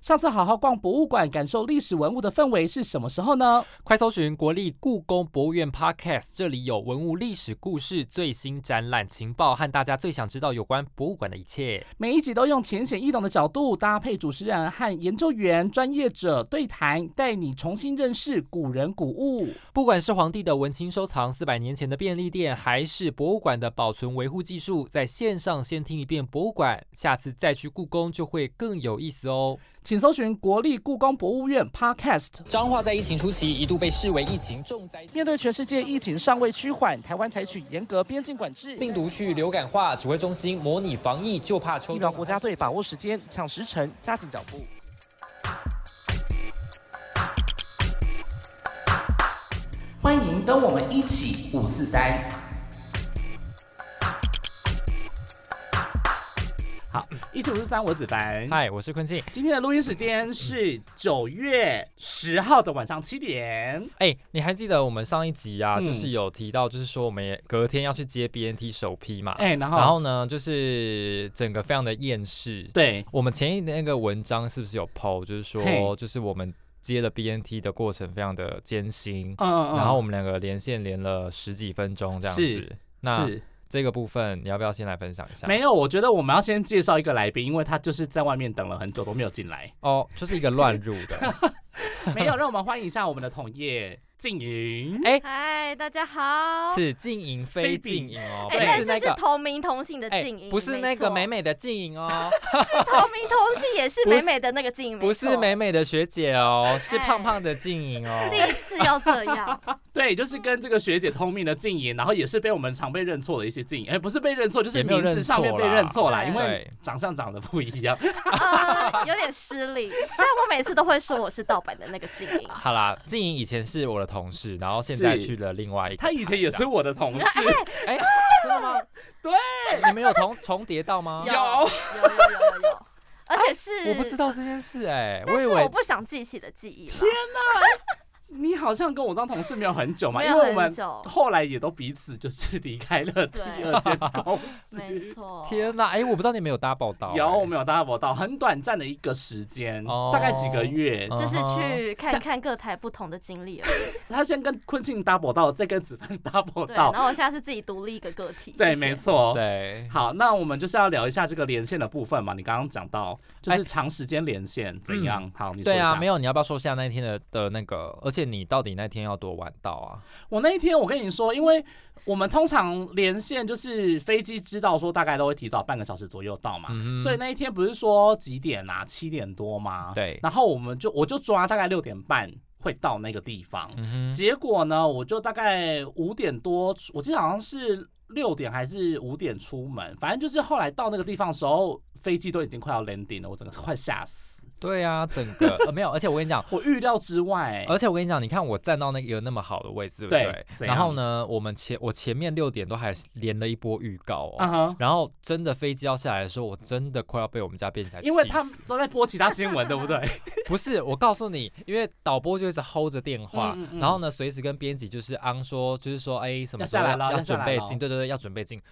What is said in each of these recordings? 上次好好逛博物馆，感受历史文物的氛围是什么时候呢？快搜寻国立故宫博物院 Podcast，这里有文物历史故事、最新展览情报和大家最想知道有关博物馆的一切。每一集都用浅显易懂的角度，搭配主持人和研究员、专业者对谈，带你重新认识古人古物。不管是皇帝的文青收藏、四百年前的便利店，还是博物馆的保存维护技术，在线上先听一遍博物馆，下次再去故宫就会更有意思哦。请搜寻国立故宫博物院 Podcast。彰化在疫情初期一度被视为疫情重灾区，面对全世界疫情尚未趋缓，台湾采取严格边境管制。病毒去流感化，指挥中心模拟防疫，就怕抽疫苗国家队把握时间，抢时辰，加紧脚步。欢迎跟我们一起五四三。好，一起五四三，我子凡。嗨，我是坤庆。今天的录音时间是九月十号的晚上七点。哎、你还记得我们上一集啊，嗯就是有提到，就是说我们也隔天要去接 BNT 首批嘛，哎、然后，然后呢，就是整个非常的厌世。对，我们前一那个文章是不是有 PO，就是嘿说，就是我们接了 BNT 的过程非常的艰辛，嗯嗯嗯，然后我们两个连线连了十几分钟这样是子。那是这个部分你要不要先来分享一下？没有，我觉得我们要先介绍一个来宾，因为他就是在外面等了很久都没有进来。哦，就是一个乱入的。没有，让我们欢迎一下我们的同业静莹。哎、嗨，大家好。此静音非静音哦，哎、不但是是那是个。同名同姓的哎静音、不是那个美没美的静音哦，错同名同姓也是不是美美的那个静音，不是美没美的学姐哦，是哎胖胖的静音哦 错。第一次要这样，对，就是跟这个学姐通命的静莹，然后也是被我们常被认错的一些静莹，哎，不是被认错，就是也没有名字上面被认认错啦，对因为对长相长得不一样。呃，有点失礼。但我每次都会说我是盗版的那个静音，好啦，静莹以前是我的同事，然后现在是去了另外一个台。她以前也是我的同事，这 样。哎、真的吗？对对，你们有重重叠到吗有？有有有有有，而且是、哦哎我不知，道这件事哎、但我以是为我不想记起的记忆了。你好像跟我当同事没有很久嘛，没因有为我们很久后来也都彼此就是离开了第对二间公司。没错，天哪，哎、我不知道你们有搭报 道、有，哎我们有 double 到，很短暂的一个时间，哦大概几个月。嗯就是去看看各台不同的经历而已。他先跟昆庆 double 到，再跟子凡 double 对，到然，后我下次自己独立一个个体。对，谢谢没。错。对。好，那我们就是要聊一下这个连线的部分嘛。你刚刚讲到就是长时间连线怎样？好，你说一哎嗯对下。啊，没有，你要不要说一下那一天的的那个？而且你到底那天要多晚到啊？我那一天我跟你说，因为我们通常连线就是飞机知道说大概都会提早半个小时左右到嘛，嗯哼所以那一天不是说几点啊？七点多吗？。对，然后我们就我就抓大概六点半会到那个地方，嗯哼，结果呢，我就大概五点多，我记得好像是六点还是五点出门，反正就是后来到那个地方的时候，飞机都已经快要 landing 了，我整个快吓死。对啊，整个、呃、没有，而且我跟你讲，我预料之外、而且我跟你讲，你看我站到那个有那么好的位置，对不哎对对？怎样然后呢，我们前我前面六点都还连了一波预告哦。啊哈，然后真的飞机要下来的时候，我真的快要被我们家编辑台气 死，因为他们都在播其他新闻，对不对？不是我告诉你，因为导播就一直 hold 着电话，嗯嗯嗯然后呢，随时跟编辑就是昂说，就是说，哎，什么时候要下来了要下准来备了进，对对对，要准备进。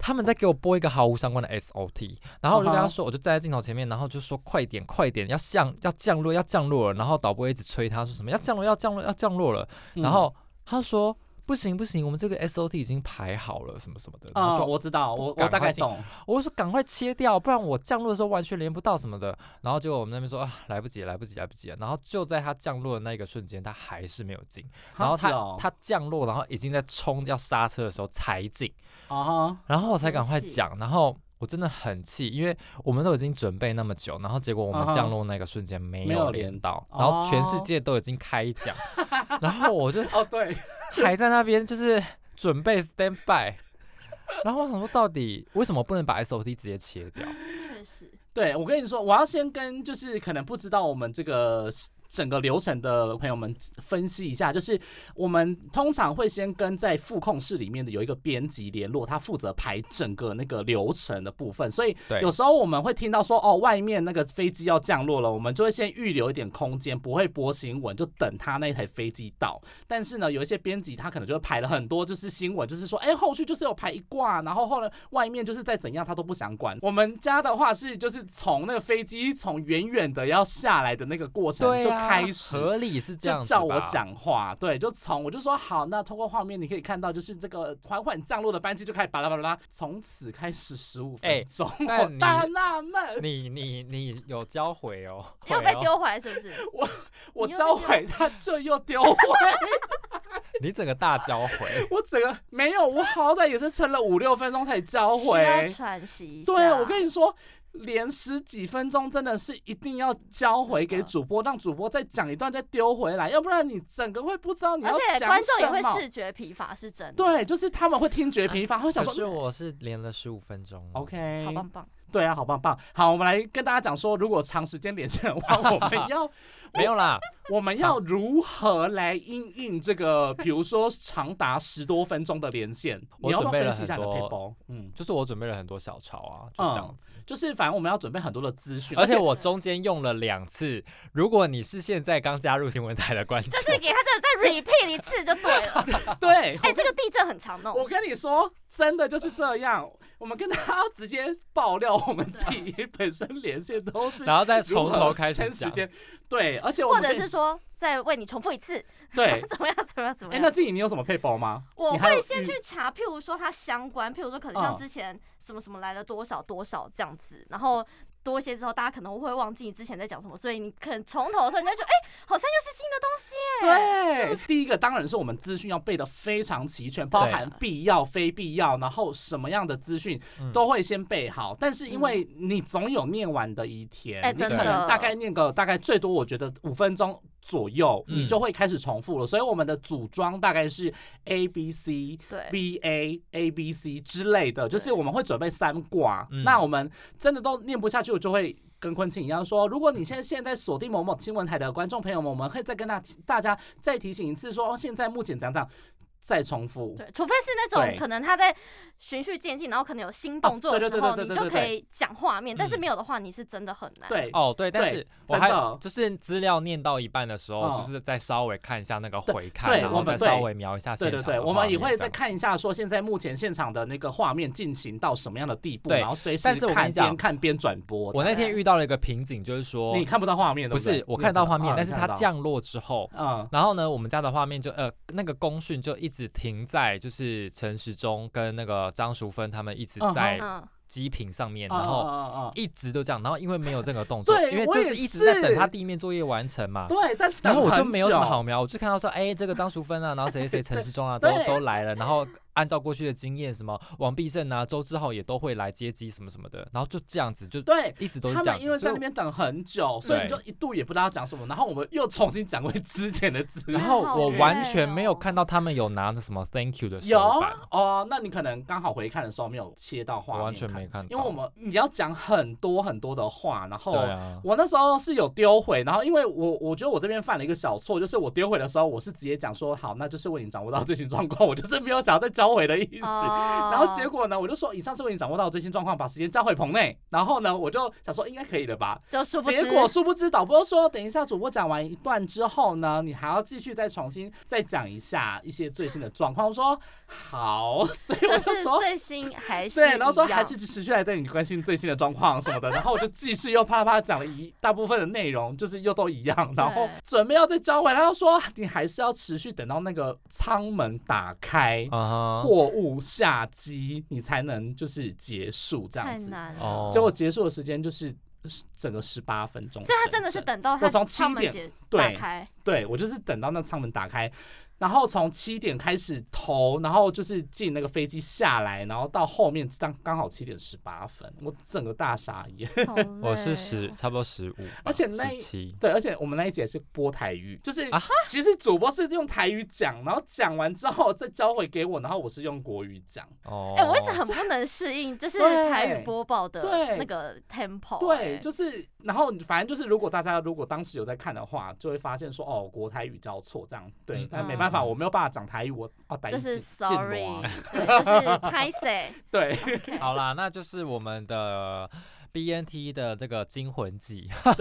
他们在给我播一个毫无相关的 SOT，然后我就跟嗯他哼说，我就站在镜头前面，然后就说快点快点，要降要降落要降落了，然后导播一直催他说什么要降落要降落要降落了， 嗯然后他说不行不行，我们这个 SOT 已经排好了什么什么的，然嗯，后嗯就我知道，我赶我大快概进懂。我说赶快切掉，不然我降落的时候完全连不到什么的。然后结果我们那边说啊，来不及，来不及，来不及了。啊然后就在他降落的那一个瞬间，他还是没有进。然后他他、他降落，然后已经在冲要刹车的时候才进，啊哈，然后我才赶快生气讲。然后我真的很气，因为我们都已经准备那么久，然后结果我啊们哈降落那个瞬间没没有有连连到，哦然后全世界都已经开奖，然后我就哦对，还在那边就是准备 stand by。然后我想说，到底为什么不能把 SOT 直接切掉？确实，对，我跟你说，我要先跟就是可能不知道我们这个整个流程的朋友们分析一下，就是我们通常会先跟在副控室里面的有一个编辑联络，他负责排整个那个流程的部分，所以对有时候我们会听到说哦，外面那个飞机要降落了，我们就会先预留一点空间，不会播新闻，就等他那台飞机到。但是呢，有一些编辑他可能就会排了很多就是新闻，就是说，哎、后续就是有排一挂，然后后来外面就是再怎样他都不想管。我们家的话是就是从那个飞机从远远的要下来的那个过程对就啊开始。合理是这就样子叫我吧讲话，对，就从我就说好，那通过画面你可以看到，就是这个缓缓降落的班机就开始巴拉巴拉巴拉，从此开始十五分哎钟，但我你大纳闷，你你你有教回 哦，你有会被哦，丢回来是不是？我你又教在回他，这又丢回，你整个大教回我整个没有，我好歹也是撑了五六分钟才教需要回。喘息一下。对，我跟你说，连十几分钟真的是一定要交回给真的主播，让主播再讲一段再丢回来，要不然你整个会不知道你而要且讲观众什也会么。视觉疲乏，是真的。，对，就是他们会听觉疲乏，会想哎可说嗯是 我是连了十五分钟。 OK，好棒棒。对啊，好棒棒。好，我们来跟大家讲说，如果长时间连线的话，我们 要没有啦，我们要如何来应应这个，比如说长达十多分钟的连线，我你要不要准备分了析一下你的很 p a 多 p 嗯，就是我准备了很多小抄啊，就这样子。就是反正我们要准备很多的资讯，而且我中间用了两次。如果你是现在刚加入新闻台的观众，就是给他这再 repeat 一次就对 了。对，哎，这个地震很常弄我，跟你说，真的就是这样。我们跟他直接爆料，我们自己本身连线都是然后再如从何头开始撑时讲。间，对，而且我或们者跟是说再为你重复一次，对 。怎么样？怎么样？怎么哎、样那？自己你有什么配包吗？我你还有会先去查，譬如说它相关，譬如说可嗯能像之前什么什么来了多少多少这样子，然后多一些之后，大家可能会忘记你之前在讲什么，所以你可能从头的时候，人家就哎、好像又是新的东西耶。对，第一个当然是我们资讯要背的非常齐全，包含必要、非必要，然后什么样的资讯嗯都会先备好。但是因为你总有念完的一天，哎你真可的能大概念个大概最多，我觉得五分钟左右，嗯你就会开始重复了。所以我们的组装大概是 A B C。对 B A A B C 之类的，就是对我们会准备三卦。嗯那我们真的都念不下去，我就会跟昆庆一样说，如果你现在现在锁定某某新闻台的观众朋友们，我们会再跟大大家再提醒一次说，哦，现在目前讲讲，再重复。对，除非是那对种可能他在循序渐进，然后可能有新动哦作对的对时对候，对你对就对可对以讲画面，但是嗯没有的话，你是真的很难。，对哦，对，但对是我真还的哦就是资料念到一半的时候，嗯就是再稍微看一下那个回对看，然我后们再对稍微描一下现对场对的对，画我们也面会这再样看一下，说现在目前现场的那个画面进行到什么样的地步，对然后随时但是我跟看你讲边看边转播。我那天遇到了一个瓶颈，就是说你看不到画面，对不对啊是我看到画面，但是它，你有看到降落之后，啊你看到然后呢，我们家的画面就呃那个公讯就一直停在就是陈时中跟那个张淑芬他们一直嗯哼在嗯，机坪上面，嗯，然嗯后嗯嗯嗯一直都这样，然后因为没有这个动作，对因为我就也是一直在是等他地面作业完成嘛。对，但然后我就等很没有什么久好瞄，我就看到说，哎、这个张淑芬啊，然后谁谁谁陈世 忠啊，都对都来了。然后按照过去的经验，什么王必胜啊、周志浩也都会来接机什么什么的。然后就这样子，就对，一直都是他这样们子。因为在所以那边等很久，所以你就一度也不知道要讲什么，然后我们又重新讲回之前的资然料。后好我累完全没有哦看到他们有拿着什么 Thank you 的有手板，哦，那你可能刚好回看的时候没有切到画我面，完全没，看到。因为我们你要讲很多很多的话，然后对啊，我那时候是有丢回，然后因为我我觉得我这边犯了一个小错，就是我丢回的时候我是直接讲说好，那就是为你掌握到最新状况，我就是没有想要再交回的意思。哦然后结果呢，我就说以上是为你掌握到最新状况，把时间交回棚内。然后呢，我就想说应该可以了吧，哦就殊不结知，果殊不知，导播说，等一下主播讲完一段之后呢，你还要继续再重新再讲一下一些最新的状况。我说好， 所以我就就是说。最新 还是对，然后说一样还是持续来带你关心最新的状况什么的，然 后我就继续又啪啦啪啦讲了一大部分的内容，就是又都一样，然后对准备要再交回来，他又说你还是要持续等到那个舱门打开，哦啊哈，货物下机，你才能就是结束这样太子。难了。哦，结果结束的时间就是整个十八分钟，所以他真的是等到我他从他们7点解对打开，对我就是等到那舱门打开，然后从七点开始投，然后就是进那个飞机下来，然后到后面刚刚好七点十八分，我整个大傻眼。 好我是累十，哦差不多十五，而且那十七，对，而且我们那一节是播台语，就是啊哈其实主播是用台语讲，然后讲完之后再交回给我，然后我是用国语讲。哦，哎、我一直很不能适应，就是对台语播报的对那个 tempo、哎哎对，就是，然后反正就是，如果大家如果当时有在看的话，就会发现说，哦，国台语交错这样，对，嗯但没办法，嗯我没有办法讲台语，我啊，台语就进是进我 sorry， 啊对就是 拍谁？对，好啦，那就是我们的 BNT 的这个惊魂记。好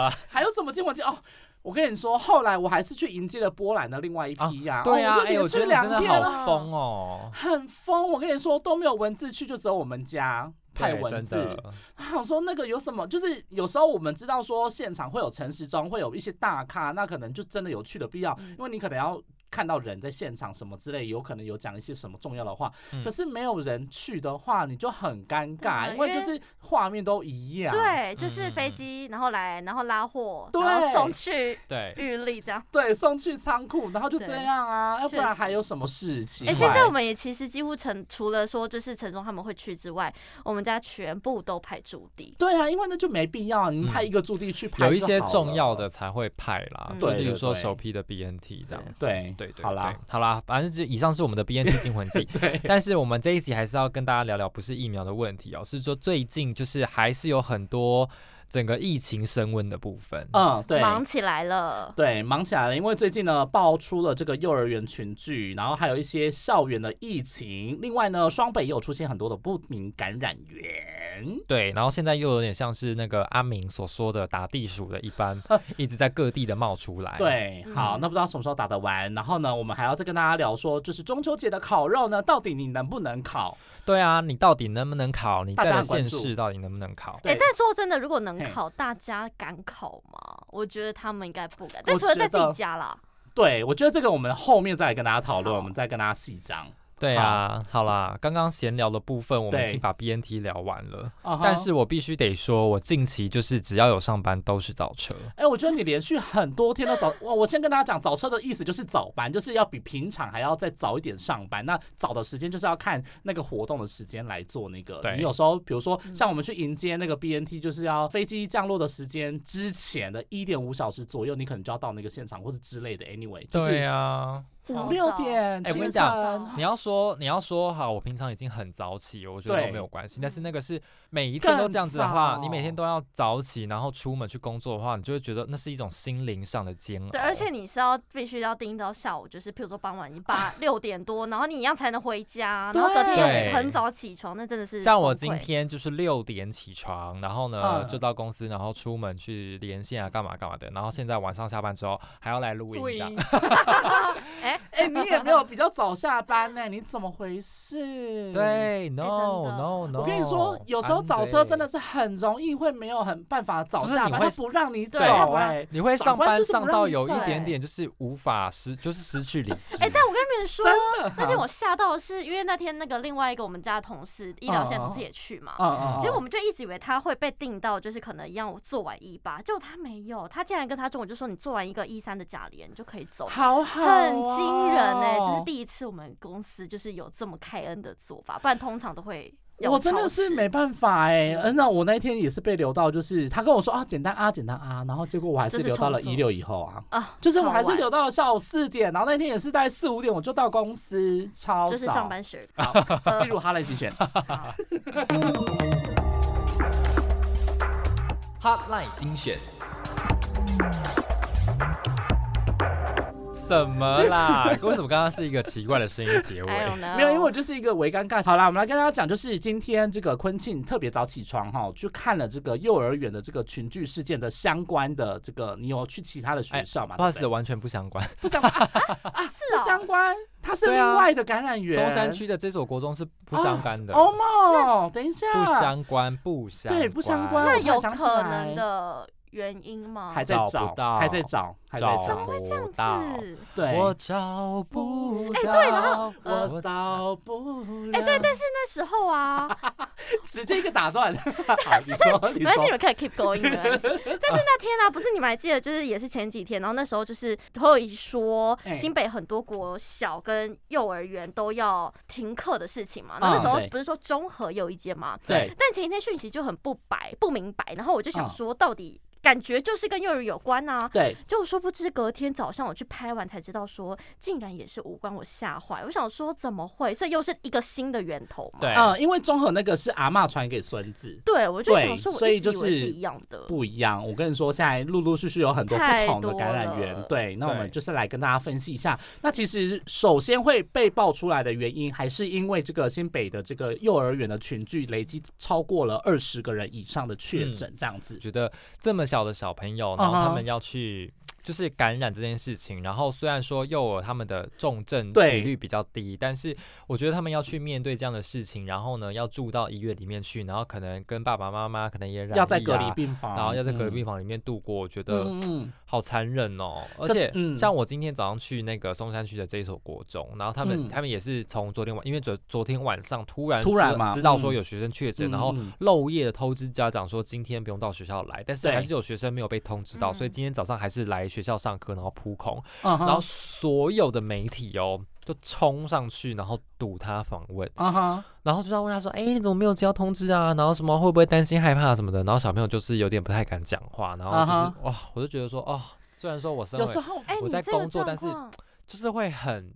了，还有什么惊魂记哦？我跟你说，后来我还是去迎接了波兰的另外一批呀、对啊，哦我哎、就我连去觉得你两真天的了，好疯哦，很疯。我跟你说，都没有文字去，就只有我们家派对文真字。的他想说那个有什么？就是有时候我们知道说现场会有陈时中，会有一些大咖，那可能就真的有去的必要，嗯因为你可能要看到人在现场什么之类，有可能有讲一些什么重要的话。嗯可是没有人去的话，你就很尴尬，对因为就因是画面都一样。对，就是嗯飞嗯机，然后来，然后拉货，对然后送去对，玉立这样。对，送去仓库，然后就这对样啊，要不确然实还有什么事情？哎、现在我们也其实几乎成除了说就是陈松他们会去之外，我们家全部都派驻地。对啊，因为那就没必要，你们嗯派一个驻地去拍、有一些重要的。才会派啦，嗯就对例对如说对首批的 BNT 这样子。对对对，好啦对，好啦，反正就以上是我们 的 BNT 惊魂记。对，但是我们这一集还是要跟大家聊聊，不是疫苗的问题哦，是说最近就是还是有很多整个疫情升温的部分。嗯，对，忙起来了。对，忙起来了，因为最近呢爆出了这个幼儿园群聚，然后还有一些校园的疫情，另外呢，双北也有出现很多的不明感染源。对，然后现在又有点像是那个阿明所说的打地鼠的一 般，一直在各地的冒出来。，对，好，嗯那不知道什么时候打得完，然后呢，我们还要再跟大家聊说，就是中秋节的烤肉呢，到底你能不能烤？对啊，你到底能不能考？你大在家的很关县注市到底能不能考？哎、对但说真的，如果能嘿考，大家敢考吗？我觉得他们应该不敢。我但除了觉在自得己家啦，对，我觉得这个我们后面再来跟大家讨论，好我们再跟大家细讲。对啊，好啦，刚刚闲聊的部分我们已对经把 BNT 聊完了，啊哈但是我必须得说，我近期就是只要有上班都是早车。哎、我觉得你连续很多天都早，我我先跟大家讲，早车的意思就是早班，就是要比平常还要再早一点上班。那早的时间就是要看那个活动的时间来做那个。对你有时候比如说像我们去迎接那个 BNT，就是要飞机降落的时间之前的一点五小时左右，你可能就要到那个现场或者之类的。Anyway，就是对啊，五六点，哎我跟你清晨讲你要说你要说好，我平常已经很早起，我觉得对都没有关系。但是那个是每一天都这样子的话更，早你每天都要早起，然后出门去工作的话，你就会觉得那是一种心灵上的煎熬。对，而且你是要必须要盯到下午，就是譬如说傍晚你八六点多，然后你一样才能回家，然后隔对天很早起床，那真的是像我崩今溃天就是六点起床，然后呢、嗯就到公司，然后出门去连线啊，干嘛干嘛的。然后现在晚上下班之后还要来录音，录这样音。哎哎、你也没有比较早下班呢、你怎么回事？。对，no、真的 no no，哎我跟你说，有时候早车真的。是很容易会没有很办法早就是下你班，会他不让你走对他不让哎、你会上长官班就是不上让到你有一走点哎点就是无法失，就是失去理智。哎、但我跟你们说，真的那天我吓到的是因为那天那个另外一个我们家的同事，医疗线同事也去嘛。嗯嗯，结果我们就一直以为他会被定到，就是可能一样我做完一八，结果他没有，他竟然跟他中午就说你做完一个一三的假联你就可以走了，好哦好、哦很惊人呢、就是。第一次我们公司就是有这么开恩的做法，不然通常都会要我真的超是时没办法哎、嗯，那我那一天也是被留到，就是他跟我说啊，简单啊，简单啊，然后结果我还是就是留到了重一做六以后啊，啊，就是我还超是晚留到了下午四点，然后那天也是大概四五点我就到公司，超早就是上班呃时啊 好进入哈雷精选， Hotline 精选。什么啦？ 为什么刚刚是一个奇怪的声音结哎 ，I 尾 don't？know，没有，因为我就是一个微尴尬。好啦，我们来跟大家讲，就是今天这个昆庆特别早起床哈，去看了这个幼儿园的这个群聚事件的相关的这个，你有去其他的学校吗？不好对意思，不对完全不相关。不相关，是不啊相，关，它是对啊另外的感染源。松山区的这所国中是不啊相干的，哦，等一下，不相关，不相，Oh 对不相关那我突然有想起可来能的原因吗？还在找找不，到还在找，还在找怎么找。会这样不到子？对，哦我找不哎到。对然后呃我到不了。哎、对，但是那时候 啊，直接一个打 断。 好你说，你没关系，你说，们可以 keep going 没 关系但是那天呢、啊不是你们还记得，就是也是前几天，然后那时候就是侯友谊说哎新北很多国小跟幼儿园都要停课的事情嘛。嗯然后那时候对不是说中和有一间嘛？对但前一天讯息就很不白不明白，然后我就想嗯说，到底感觉就是跟幼儿园有关啊。对，结果殊不知隔天早上我去拍完才知道，说竟然也是无关，我吓坏。我想说怎么会？所以又是一个新的源头嘛。对，嗯，因为综合那个是阿嬷传给孙子，对，我就对想说，我所以一直以就为是是一样的。不一样。我跟你说，现在陆陆续续有很多不太同的多感染源了。对，那我们对就是来跟大家分析一下。那其实首先会被爆出来的原因，还是因为这个新北的这个幼儿园的群聚累积超过了二十个人以上的确嗯诊，这样子。觉得这么小的小朋友，嗯然后他们要去。就是感染这件事情，然后虽然说幼儿他们的重症对比率比较低，但是我觉得他们要去面对这样的事情，然后呢要住到医院里面去，然后可能跟爸爸妈妈可能也染、啊要在隔离，病房，然后要在隔离嗯病房里面度过，我觉得嗯嗯，好残忍哦！而可是且嗯像我今天早上去那个松山区的这一所国中，然后他们、嗯他们也是从昨天晚，因为昨昨天晚上突然突然说嘛知道嗯说有学生确嗯诊，然后嗯漏夜的通知家长说今天不用到学校来，但是对还是有学生没有被通知到，嗯所以今天早上还是来学校上课，然后扑空，嗯哼然后所有的媒体哦就冲上去，然后堵他访问，啊哈，然后就要问他说：“哎、你怎么没有接到通知啊？然后什么会不会担心害怕什么的？”然后小朋友就是有点不太敢讲话，然后就是、啊哇，我就觉得说哦，虽然说我身为有时候哎、我你在这个工作状但是况哦就是会很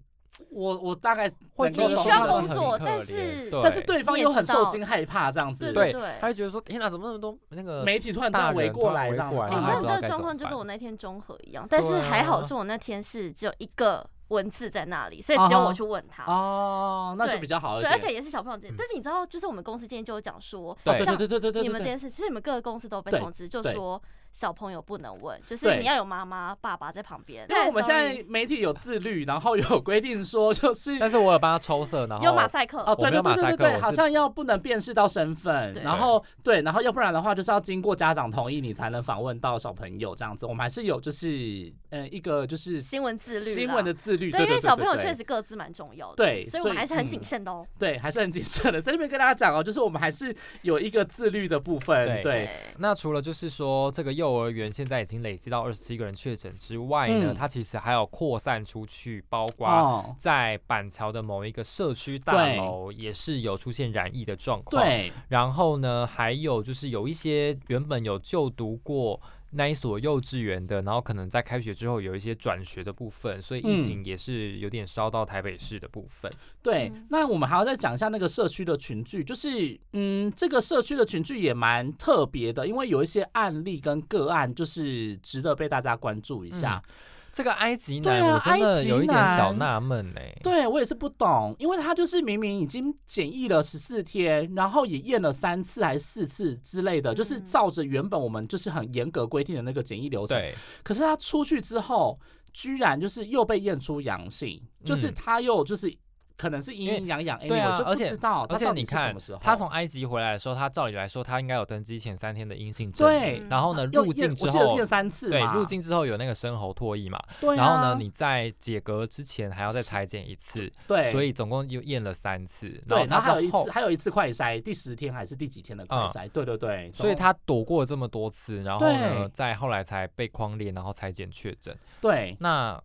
我我大概会能觉够懂得啊你需他要的工心很作可但怜是对但是对方你也又很知受道惊害怕这样子，对对，对他会觉得说天哪，怎么那么多那个媒体突然这大样人围突过然来围这样子，过来哎然你啊后还知道不你知道这个该状怎况么就跟办我那天综合 一样，但是对还好啊是我那天是只有一个文字在那里，所以只有啊哈我去问他。哦，那就对比较好一对，点。而且也是小朋友之间嗯。但是你知道，就是我们公司今天就有讲说，对哦像对对对对对你们对这对，件事，其实你们各个公司都被对通知，就对说小朋友不能问，就是对你要有妈妈、爸爸在旁边。因为我们哎现在，sorry 媒体有自律，然后有规定说就是但是我有帮他抽色，然后有马赛克，哦，我对没对有对马对赛对克我对，是好像要不能辨识到身份，对然后对，然后要不然的话就是要经过家长同意你才能访问到小朋友这样子。我们还是有就是呃一个就是新闻自律啦，新闻的自律，对对，因为对小朋友确实实各自蛮重要的，对所以所我们以还是很嗯谨慎的哦。对还是很谨慎的，在这边跟大家讲哦，就是我们还是有一个自律的部分，对对，那除了就是说这个幼儿园现在已经累积到二十七个人确诊之外呢，嗯它其实还有扩散出去，包括哦，在板桥的某一个社区大对楼也是有出现染疫的状况。，对，然后呢，还有就是有一些原本有就读过。那一所幼稚园的，然后可能在开学之后有一些转学的部分，所以疫嗯情也是有点烧到台北市的部分。对嗯，那我们还要再讲一下那个社区的群聚，就是嗯，这个社区的群聚也蛮特别的，因为有一些案例跟个案，就是值得被大家关注一下。嗯这个埃及对男，啊我真埃的及有一点小男纳闷呢、欸对我也是不懂，因为他就是明明已经检疫了十四天，然后也验了三次还是四次之类的，就是嗯照着原本我们就是很严格规定的那个检疫流程，对，可是他出去之后，居然就是又被验出阳性，就是嗯他又就是。可能是阴阴阳阳，对啊我就不而且知道哦他而且到底你是什看么时候。，他从埃及回来的时候，他照理来说，他应该有登机前三天的阴性证对啊明，然后呢，又入验境我之记得后验，三次对，嘛入境之后有那个生喉唾液嘛，对啊、然后呢，你在解隔之前还要再裁剪一次，对，所以总共又验了三次，对，然后他还有是一后次，，还有一次快筛，第十天还是第几天的快嗯筛？对对对，所以总他躲过了这么多次，然后呢哦对，再后来才被框列，然后裁剪确诊。对那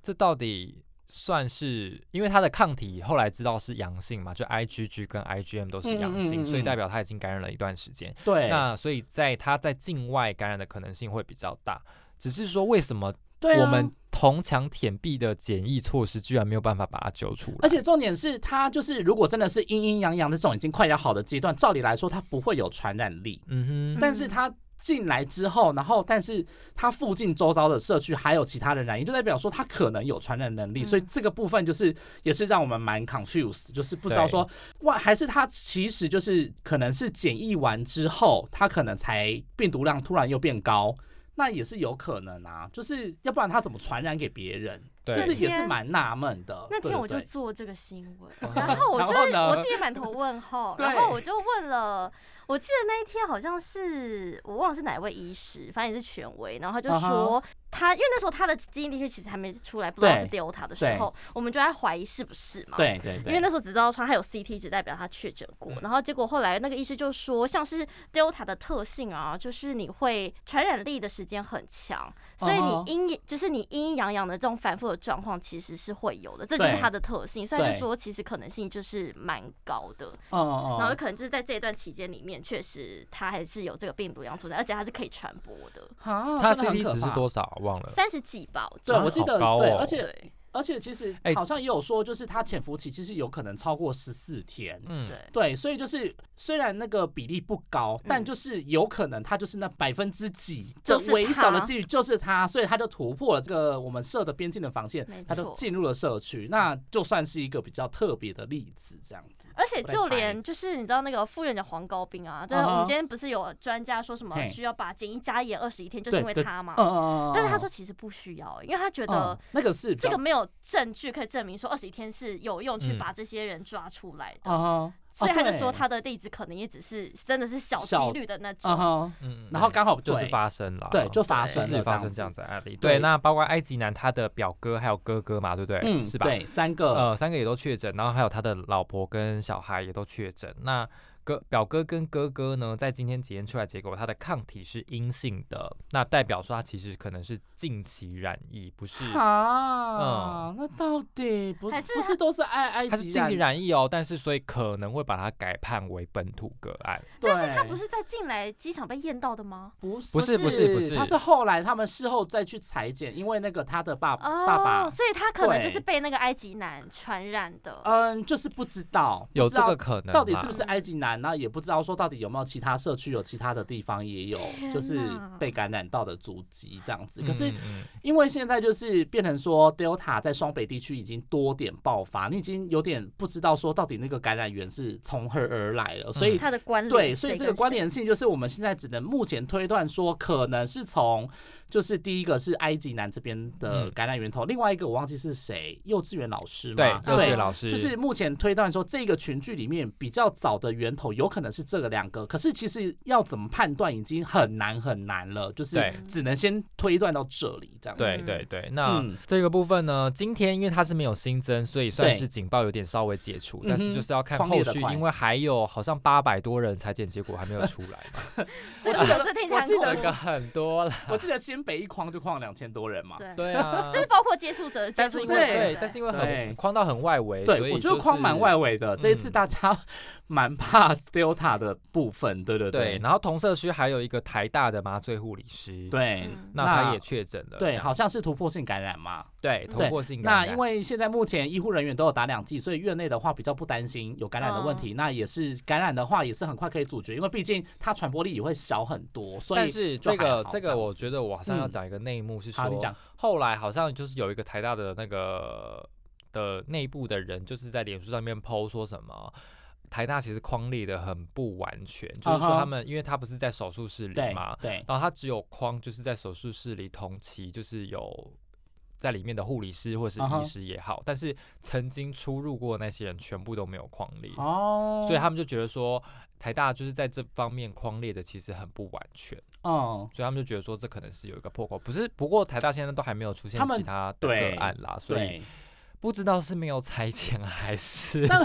这到底算是因为他的抗体后来知道是阳性嘛？就 IgG 跟 IgM 都是阳嗯嗯性，嗯嗯所以代表他已经感染了一段时间。对，那所以在他在境外感染的可能性会比较大。只是说为什么对啊我们铜墙铁壁的检疫措施居然没有办法把它揪出来？而且重点是他就是，如果真的是阴阴阳阳的这种已经快要好的阶段，照理来说他不会有传染力，嗯哼，但是他。进来之后，然后但是他附近周遭的社区还有其他人染疫，就代表说他可能有传染能力，嗯所以这个部分就是也是让我们蛮 confused，就是不知道说哇，还是他其实就是可能是检疫完之后，他可能才病毒量突然又变高，那也是有可能啊，就是要不然他怎么传染给别人？对，就是也是天蛮纳闷的。那对天对我就对做这个新闻，哦然后我就然后呢我自己满头问号，对然后我就问了，我记得那一天好像是我忘了是哪位医师，反正也是权威，然后他就嗯说他，因为那时候他的基因地区其实还没出来，不知道是对 Delta 的时候，我们就在怀疑是不是嘛。对对对，嗯因为那时候只知道说他有 CT 值代表他确诊过，然后结果后来那个医师就说，像是 Delta 的特性啊，就是你会传染力的时间很强，所以哦你阴就是你阴阴阳阳的这种反复的状况其实是会有的，这就是对它的特性。所以他就对说，其实可能性就是蛮高的，嗯嗯，然后嗯可能就是在这一段期间里面，确实它还是有这个病毒量存在，而且它是可以传播的，啊，他真的很 CT 可值是怕？多少？啊忘了。三十几吧，我记呃对，得啊我记好得高对，哦而且对而且其实哎好像也有说，就是它潜伏期其实有可能超过十四天。嗯，对对，所以就是虽然那个比例不高，但嗯就是有可能它就是那百分之几的就是微小的它几率就是它，所以它就突破了这个我们设的边境的防线没，它就错进入了社区，那就算是一个比较特别的例子，这样子。而且我在就猜嗯连就是你知道那个副院长黄高斌啊，就是嗯哼我们今天不是有专家说什么嘿需要把检疫加严二十一天，就是因为对他嘛嗯。嗯嗯，但是他嗯说其实不需要，欸因为他觉嗯得那个是比这较个没有证据可以证明说二十一天是有用去嗯把这些人抓出来的，啊所以他就对说他的例子可能也只是真的是小小几率的哈那啊种。哈，嗯，然后刚好就是对发生了，对就发对生就了是发这样生子这样子的案例。对对，那包括埃及男他的表哥还有哥哥嘛，对不对？嗯，是吧？对，三个呃，三个也都确诊，然后还有他的老婆跟小孩也都确诊。那哥表哥跟哥哥呢，在今天检验出来结果，他的抗体是阴性的，那代表说他其实可能是近期染疫，不是。啊，那到底不还是不他是都是爱埃嗯他是及近期染，染疫哦，但是所以可能会把它改判为本土个案。对但是他不是在进来机场被验到的吗？不不是是不是不是他是后来他们事后再去裁剪，因为那个他的爸爸哦，爸，所以他可能对就是被那个埃及男传染的。嗯，就是不知道有不知这道个可能，到底是不是埃及男，然后也不知道说到底有没有其他社区有其他的地方也有天就是哪被感染到的足迹这样子，可是嗯嗯因为现在就是变成说 Delta 在双北地区已经多点爆发，你已经有点不知道说到底那个感染源是从何而来了，所以、他的关联对，嗯谁所以这个跟关谁联性就是我们现在只能目前推断说，可能是从就是第一个是埃及男这边的嗯感染源头，另外一个我忘记是谁，幼稚园老师嗯嘛，对，幼稚对园老师啊就是目前推断说，这个群聚里面比较早的源头有可能是这个两个，可是其实要怎么判断已经很难很难了，就是对只能先推断到这里这样子。对嗯对对，那嗯这个部分呢，今天因为它是没有新增，所以算是警报有点稍微解除嗯，哼但是就是要看狂烈后的续，快因为还有好像八百多人裁剪结果还没有出来嘛，这我个记得有这听起我来很记得 这恐怖个很多了，我记得新北一框就框两千多人嘛。对， 对啊这，是包括接触者的接但是触因者，为对对对，不但对是因为对很框到很外围，所对，以我觉就得是框蛮外围的。这一次嗯大家 蛮怕 Delta 的部分，对对对，然后同社区还有一个台大的麻醉护理师，，对嗯那那他也确诊了，这对，样好像是突破性感染嘛。对，嗯通过性感那染因为现在目前医护人员都有打两剂，所以院内的话比较不担心有感染的问哦题。那也是感染的话，也是很快可以阻绝，因为毕竟它传播力也会小很多。所但以是就还这好个这样个，我觉得我好像要嗯讲一个内幕是说好，，你讲后来好像就是有一个台大的那个的内部的人，就是在脸书上面 PO 说什么。台大其实框列的很不完全，就是说啊哈他们因为他不是在手术室里对嘛，对然后他只有框就是在手术室里同期就是有在里面的护理师或是啊哈医师也好但是曾经出入过的那些人全部都没有框列哦，所以他们就觉得说台大就是在这方面框列的其实很不完全。嗯，所以他们就觉得说这可能是有一个破口，不是？不过台大现在都还没有出现他们其他的对个案啦，所以 对。不知道是没有裁剪啊还是那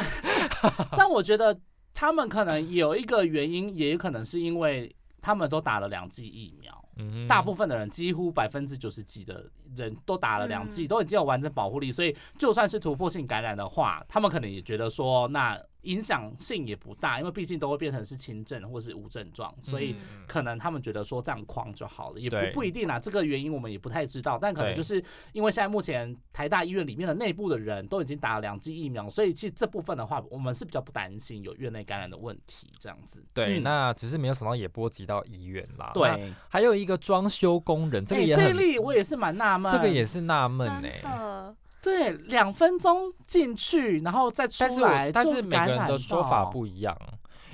但我觉得他们可能有一个原因，也有可能是因为他们都打了两剂疫苗。 嗯大部分的人几乎百分之九十几的人都打了两剂，嗯都已经有完整保护力，所以就算是突破性感染的话，他们可能也觉得说，那影响性也不大，因为毕竟都会变成是轻症或是无症状，所以嗯嗯可能他们觉得说这样框就好了，也不对不一定啊，这个原因我们也不太知道，但可能对就是因为现在目前台大医院里面的内部的人都已经打了两剂疫苗，所以其实这部分的话，我们是比较不担心有院内感染的问题这样子。对，嗯那只是没有想到也波及到医院啦。那对，还有一个装修工人，这个哎也这一很，例我也是蛮纳闷，这个也是纳闷欸呢。真的对，两分钟进去，然后再出但是来，我但就是每感个人染的说法到不一样，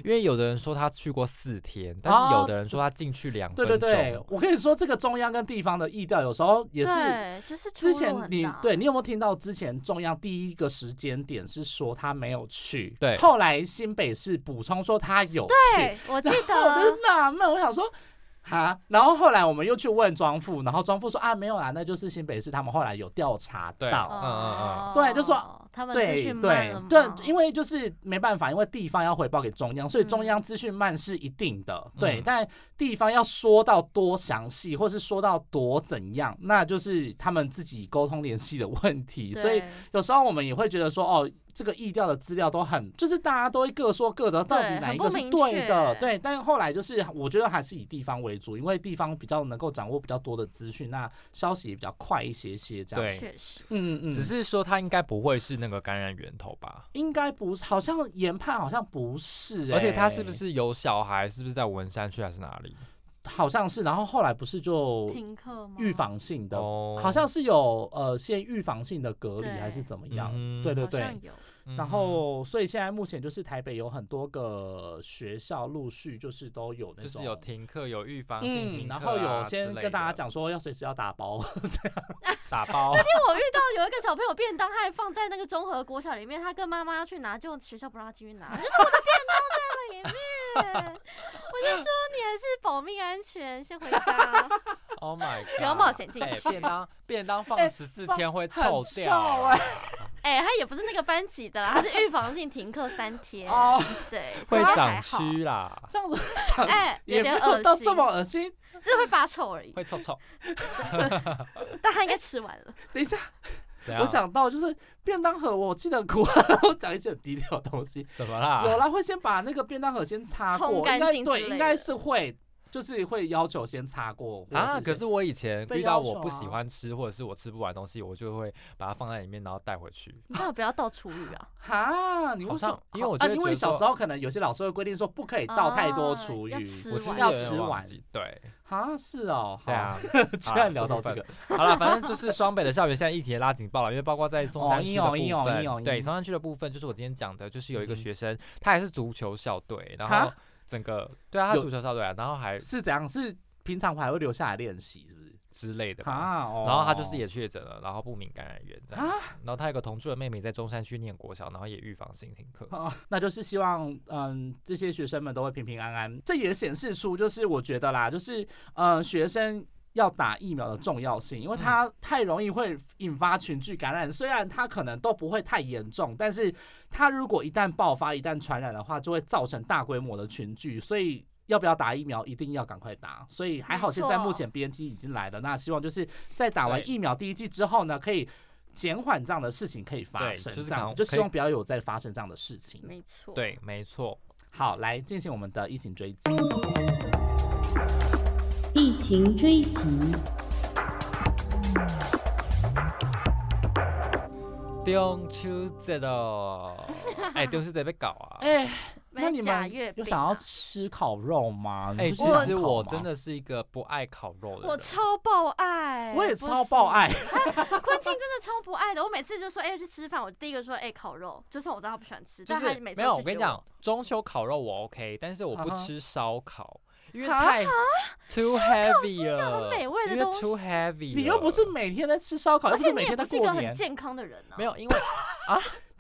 因为有的人说他去过四天，但是有的人说他进去两分啊对钟。对对，我跟你说，这个中央跟地方的意调有时候也是对，就是出之入前很你大对你有没有听到之前中央第一个时间点是说他没有去，对后来新北市补充说他有去，哦对，啊我记我得就纳啊闷，我想说。哈，然后后来我们又去问庄富，然后庄富说啊没有啦，那就是新北市他们后来有调查对到，嗯嗯哦对就说他们资对讯慢对了吗对，因为就是没办法，因为地方要回报给中央，所以中嗯央资讯慢是一定的，对嗯。但地方要说到多详细，或是说到多怎样，那就是他们自己沟通联系的问题。所以对有时候我们也会觉得说，哦，这个意调的资料都很，就是大家都会各说各的，到底对哪很一不个是明对的？确对，但是后来就是我觉得还是以地方为主，因为地方比较能够掌握比较多的资讯，那消息也比较快一些些，这样。对确实嗯嗯，只是说他应该不会是那个感染源头吧？应该不是，好像研判好像不是、欸，而且他是不是有小孩？是不是在文山区还是哪里？好像是？然后后来不是就停课吗？预防性的，哦好像是有呃先预防性的隔离对还是怎么样？嗯哼对对好对。像有嗯然后，所以现在目前就是台北有很多个学校陆续就是都有那就种，是有停课，有预防性嗯，停课、啊然后有之先类跟大家的讲说要随时要打包，打 包，因为我遇到有一个小朋友便当，他还放在那个综合国小里面，他跟妈妈要去拿，就学校不让他进去拿，就是我的便当在了里面。我就说你还是保命安全，先 回家， Oh my god！不要冒险进哎去。便当便当放哎十四放天会臭很掉臭啊、哎哎、他也不是那个班级的啦，他是预防性停课三天，哦，对，所以会他还长好，蛆啦， 这样子讲哎 有也没点有恶到心这么恶心。就是会发臭而已。会臭臭。但他应该吃完了，等一下，怎样？我想到就是便当盒，我记得古然后讲一些很低调的东西，什么啦？有啦，会先把那个便当盒先擦过，冲应干该净之对，类应该的是会，就是会要求先擦过或者啊！先可是我以前被遇到要我求不喜啊欢吃或者是我吃不完的东西，我就会把它放在里面，然后带回去。那不要倒厨余啊，哈，你为什好么像？因为我就啊，会因觉为得小说时候可能有些老师会规定说不可以倒太多啊厨余要，吃我其完实要有点吃忘完记对哈，是哦，对啊好，， 好居啦然聊这到部这分个， 好了，反正就是双北的校园现在疫情也拉警报了，因为包括在松山哦区因的哦因部哦因哦分，对因松山区的部分，就是我今天讲的，就是有一个嗯学生，他还是足球校队，然哈后整个对啊，他有足球校队啊，然后还是怎样？是平常还会留下来练习，是不是？之类的吧。哈，哦然后他就是也确诊了，然后不明感染源这样啊子。然后他有个同住的妹妹在中山区念国小，然后也预防性停课。哦，那就是希望嗯，这些学生们都会平平安安。这也显示出，就是我觉得啦，就是呃，学生。要打疫苗的重要性，因嗯为它太容易会引发群聚感染。虽然它可能都不会太严重，但是它如果一旦爆发、一旦传染的话，就会造成大规模的群聚。所以要不要打疫苗，一定要赶快打。所以还好，没现错在目前 B N T 已经来了，那希望就是在打完对疫苗第一剂之后呢，可以减缓这样的事情可以发对生，就是这样子，赶就可希以望不要有再发生这样的事情。 没错，，对，没错。好，来进行我们的疫情追击。疫情追击，中秋节了，哎，中秋节被搞啊！哎、那买你假月们饼、有啊、想要吃烤肉吗？哎，你其们是吃实烤我吗真，的是一个不爱烤肉的人。啊我超爆爱，我也哎不超爆行爱。昆汀真的超不爱的，我每次就说哎、去吃饭，我第一个说哎、烤肉，就算我知道他不喜欢吃，就但是他每次没都有，拒我跟你绝嗯讲，中秋烤肉我 OK，但是我不啊哈吃烧烤，因为哈太 too heavy 很了，美味的因为东 too 西 heavy，你又不是了每天在吃烧烤，又而不且是你每也天在不是一个过很年，健康的人啊。 没有，因为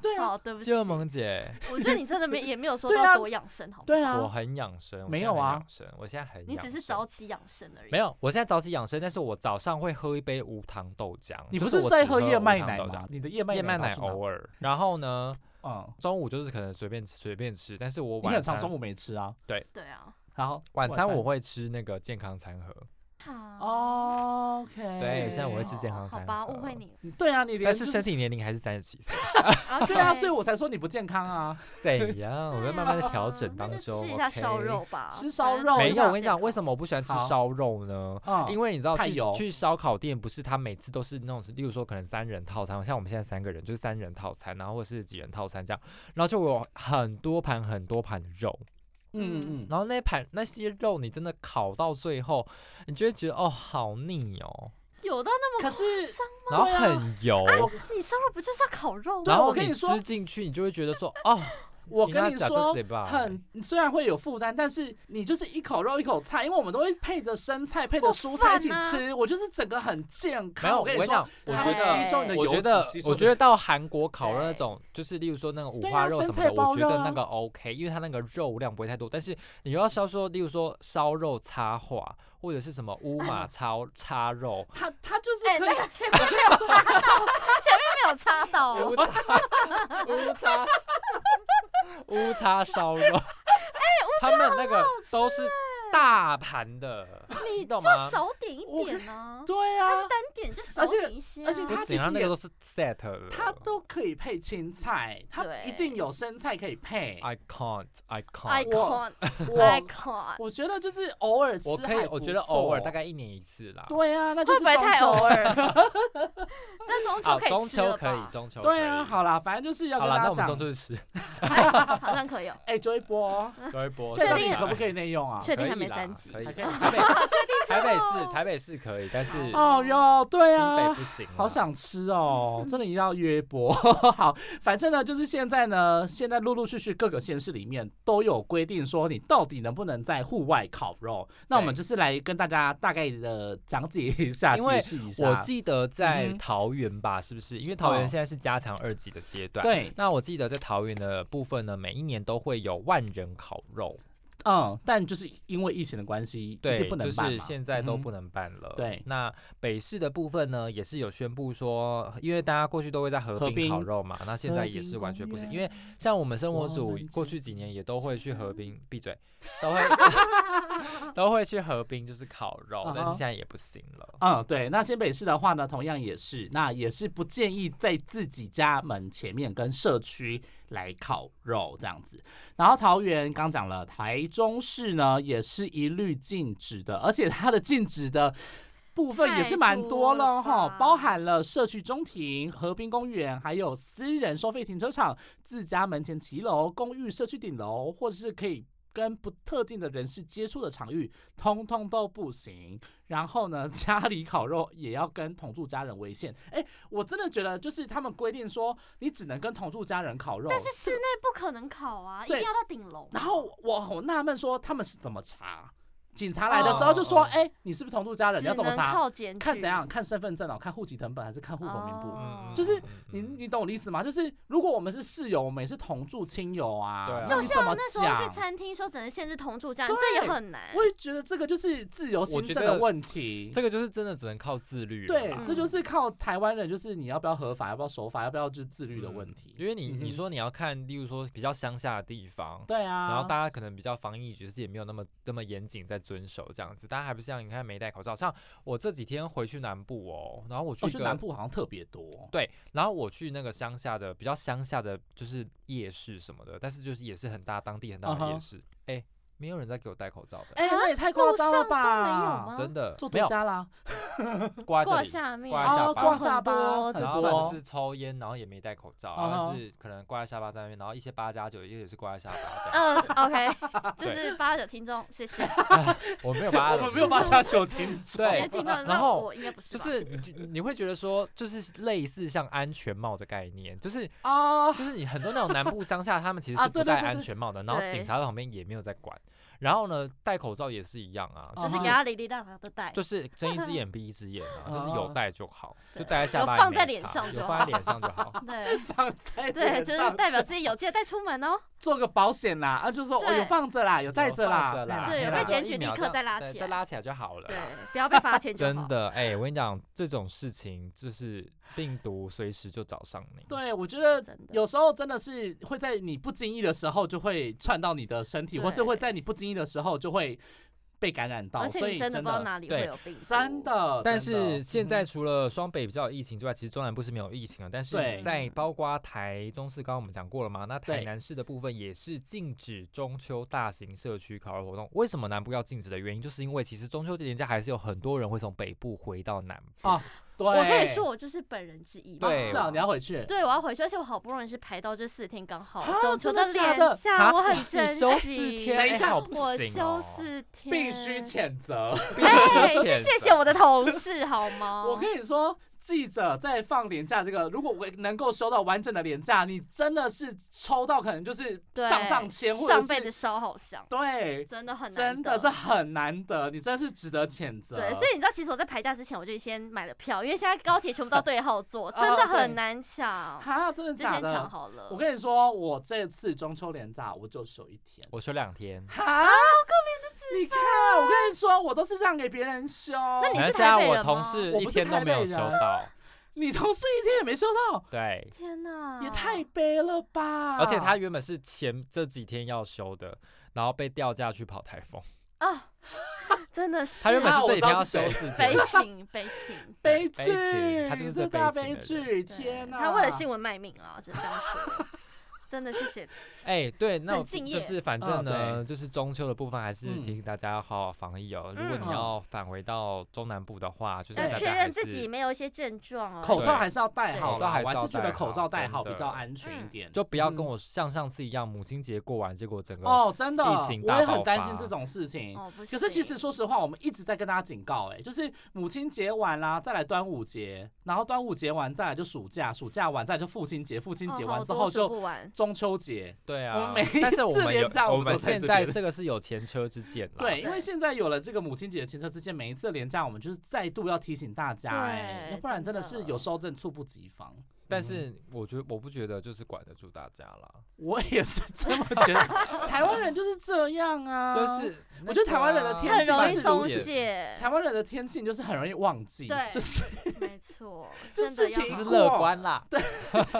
对啊，好，对不起，就萌姐，我觉得你真 的没也没有说对啊到多养生，好不好？对我啊，很养生，我没现有在很啊养生，我现在很，你只是早。起养生而已。没，有，我现在早起养生，但是我早上会喝一杯无糖豆浆。你就不是是我在只喝燕无麦糖奶豆吗浆？你的燕麦燕麦奶奶拿哦去哪偶尔，然后呢，嗯，中午就是可能随便吃随便吃，但是我你晚很餐常中午没吃啊。对啊，然后晚餐我会会吃那个健康餐盒，好，哦 OK，对现在我会吃哦健康餐好吧，盒误会你了。对啊，你连但是就身体年龄还是三十几岁。 对啊， OK 所以我才说你不健康啊。怎样？我在慢慢的调对啊整 当那就中。试一下烧肉。吧，吃烧反肉正没一有，下我跟你讲，为什么？么我不喜欢吃好烧肉呢？嗯，因为你知道太去油去烧烤店，不是他每次都是那种，例如说可能三人套餐，像我们现在三个人就是三人套餐，然后或是几人套餐这样，然后就有很多盘很多盘的肉，嗯嗯嗯，然后那盘那些肉你真的烤到最后，你就会觉得哦好腻哦，有到那么可夸是张然后对啊很油，我你烧肉不就是要烤肉吗？然我后跟你你说吃进去，你就会觉得说哦我请他跟你假这说嘴，巴很虽然会有负担，但是你就是一口肉一口菜，因为我们都会配着生菜、配着蔬菜一起不烦啊吃，我就是整个很健没康。有，跟你跟你讲说，，我它觉会得吸收你的我油觉脂得，吸收我你觉的得到韩国烤肉那对种，就是例如说那种五对啊花肉生什么菜的，包我觉肉得啊那个 OK，因为它那个肉量不会太多。但是你又要烧说，例如说烧肉插花，或者是什么乌马超插肉，它它就是哎、啊可那以个前面没 有插到，前面没有插到哦，乌叉乌叉 乌叉烧 哎肉，他们那个都是欸大盘的，你就懂吗？少点一我点呢、啊。对它啊 是，单点就少点一些、啊而且不它其行，它实那也个都是 set 的。它都可以配青菜，它对一定有生菜可以配。 I can't, I I can't。 can't, 我 I can't，我觉得就是偶尔吃，我可以，我觉得偶尔大。概一年一次啦。对啊，那就会是不会中太秋偶尔？ 但中秋啊，可以中吃秋了吧可以，中秋对可啊，以好啦，反正就是要好跟了，那大我们家中讲。秋去吃，好 像可以哦。哎，周一波，周一波，确到定底啊可不可以内用啊？确定可还以没啦三级可以还可以啦。台北台北市，台北市可以，但是新哦哦哟，对北啊不，行啦。好 想吃哦，真的一定要约播。 好，反正呢，就是现在呢，现在陆陆续续各个县市里面都有规定说，你到底能不能在户外烤肉？那我们对就是来跟大家大概的讲解一下， 因为解释一下。我记得在啊嗯哼桃园吧，是不是？因为桃哦园现在是加强二级的阶段。。对，那我记得在桃园的部分呢，每一年都会有万人烤肉，嗯，但就是因为疫情的关系，一定对，不能就办是嘛现在都嗯不能办了。对那北市的部分呢，也是有宣布说，因为大家过去都会在河河滨烤滨肉嘛，那现河在也滨是完公全不行，因园为像我们生活我组们过就去几年也都会去河在滨， 闭嘴，都会都会去河滨就是烤肉，但是啊哈现在也不行了。嗯，对，那新北市的话呢，同样也是，那也是不建议在自己家门前面跟社区来烤肉这样子。然后桃园刚讲了，台中市呢也是一律禁止的，而且它的禁止的。部分也是蛮多了太多了哈，吧包含了社区中庭、河滨公园，还有私人收费停车场、自家门前骑楼、公寓社区顶楼，或是可以跟不特定的人士接触的场域，通通都不行。然后呢， 家里烤肉也要跟同住家人为限。哎，我真的觉得就是他们规定说，你只能跟同住家人烤肉，但是这室个内不可能烤啊，一对定要到顶楼。然后我好纳闷说他们是怎么查？警察来的时候就说：“哦哎、你是不是同住家人？你要只怎么能查？靠检举，看怎样？看身份证哦，看户籍成本还是看户口名簿？哦就是嗯嗯你嗯你懂我的意思吗？就是如果我们是室友，我们也是同住亲友啊，对啊那就你怎么像那时候去讲？餐厅说只能限制同住家人，对这也很难。我也觉得这个就是自由行政的问题。这个就是真的只能靠自律了对啦，嗯这就是靠台湾人，就是你要不要合法，要不要守法，要不要就是自律的问题。因为你你嗯哼说你要看，例如说比较乡下的地方，对啊，然后大家可能比较防疫，就是也没有那么那么严谨在遵守这样子，大家还不像你看没戴口罩。像我这几天回去南部哦，然后我去哦，一就个、南部好像特别多。对，然后我去那个乡下的比较乡下的就是夜市什么的，但是就是也是很大当地很嗯大的哼夜市，哎、没有人在给我戴口罩的，哎、那也太夸张了啊路上都没有吧吗？真的做独没有家啦，挂在挂这里。下面，挂下哦巴挂下巴 很很然多后多哦他就是抽烟，然后也没戴口罩，然嗯后哼是可能挂在下巴在那边，然后一些八加九，也也是挂在下巴这样。呃，OK，就是八九听众，谢谢。我没有八，嗯 我们没有八加九 听众。对直接听到，然那后我应该不是就吧？是你就你会觉得说，就是类似像安全帽的概念，就是啊，就是你很多那种南部乡下，他们其实啊是不对对戴对安对全帽的，然后警对察在旁边也没有在管，然后呢戴口罩也是一样啊，哦就就是啊给他里里大大的带，就是睁一只眼闭一只眼啊，就是有哦戴就好，就对戴在下有巴也放没在脸差上有就放在脸上就好。 对放在对，脸就是上代表自己有记得带出门哦。做个保险啦，啊，就说我对有放着啦，有带着有放啦，着啦对嘿有啦被就检一举立秒刻这样再拉对起再来拉起来就好了对。，不要被罚钱就好。真的，哎、我跟你讲，这种事情就是病毒随时就找上你。对，我觉得真的有时候真的是会在你不经意的时候就会窜到你的身体，对或是会在你不经意的时候就会被感染到，而所且以你真的真不知道的哪里对会有病毒，真的。但哦真的是现在嗯除了双北比较有疫情之外，其实中南部是没有疫情了。但是对嗯在包括台中市，刚刚我们讲过了嘛，那台对南市的部分也是禁止中秋大型社区烤肉活动。为什么南部要禁止的原因，就是因为其实中秋节连假还是有很多人会从北部回到南部。哦，对，我可以说我就是本人之一吗。对是啊，你要回去，对，我要回去，而且我好不容易是排到这四天刚好啊中秋真的假连的假，啊我你很珍惜。休四天，等一下哎好不我行哦休 四天，必须谴责。哎， 谴是谢谢责我的同事好吗？我跟你说，记者在放年假这个，如果我能够收到完整的年假，你真的是抽到可能就是对上上千或者上辈子是烧好香，对，真的很难真的是很难得，你真的是值得谴责。对，所以你知道，其实我在排假之前我就先买了票，因为现在高铁全部到对号座，真的啊对很难抢，哈，真的就假先抢的？好了。我跟你说，我这次中秋连假我就休一天。我休两天。哈，啊好可怜的你看，我跟你说，我都是让给别人休。那你反正是现在台北我人同吗事我一不是天都台没有北收人到，你同事一天也没收到，对，天哪，也太悲了吧！而且他原本是前这几天要休的，然后被调假去跑台风。啊，真的是他原本是啊我这几知道天要是休谁四悲天，情悲情，悲悲剧情，他就是这最大悲情的剧，对天哪！他为了新闻卖命啊，只能这样 说。真的谢谢，哎、对，那很我敬就业是反啊正呢，就是中秋的部分，还是嗯提醒大家要好好防疫哦。如果嗯你要返回到中南部的话，就是要大对家确还认自己是没有一些症状哦。口罩对还是要戴好口罩啦，还我是还要是觉得戴口好罩戴真好比的较安全一嗯点。就不要嗯跟我像上次一样，母亲节过完，结果整个哦，真的，疫情我也大很爆担心发这种事情。哦，不可是其行实说实话，我们一直在跟大家警告、哎，就是母亲节完啦，再来端午节，然后端午节完再来就暑假，暑假完再来就父亲节，父亲哦节好完之多后数就不完中秋节。对我啊们每，但是一我次们连有假我我们都们在现这在边这个是有前车之鉴啦。对，因为对现在有了这个母亲节的前车之鉴，每一次连假我们就是再度要提醒大家、哎，对要不然真的是真的有时候真的猝不及防。但嗯是我觉得我不觉得就是管得住大家啦，我也是这 么觉得，台湾人就是这样啊，就是我觉得台湾人的天很性容但易是松理解懈，台湾人的天性就是很容易忘记，对 就是没错，这真的事要情好就是好过乐观啦。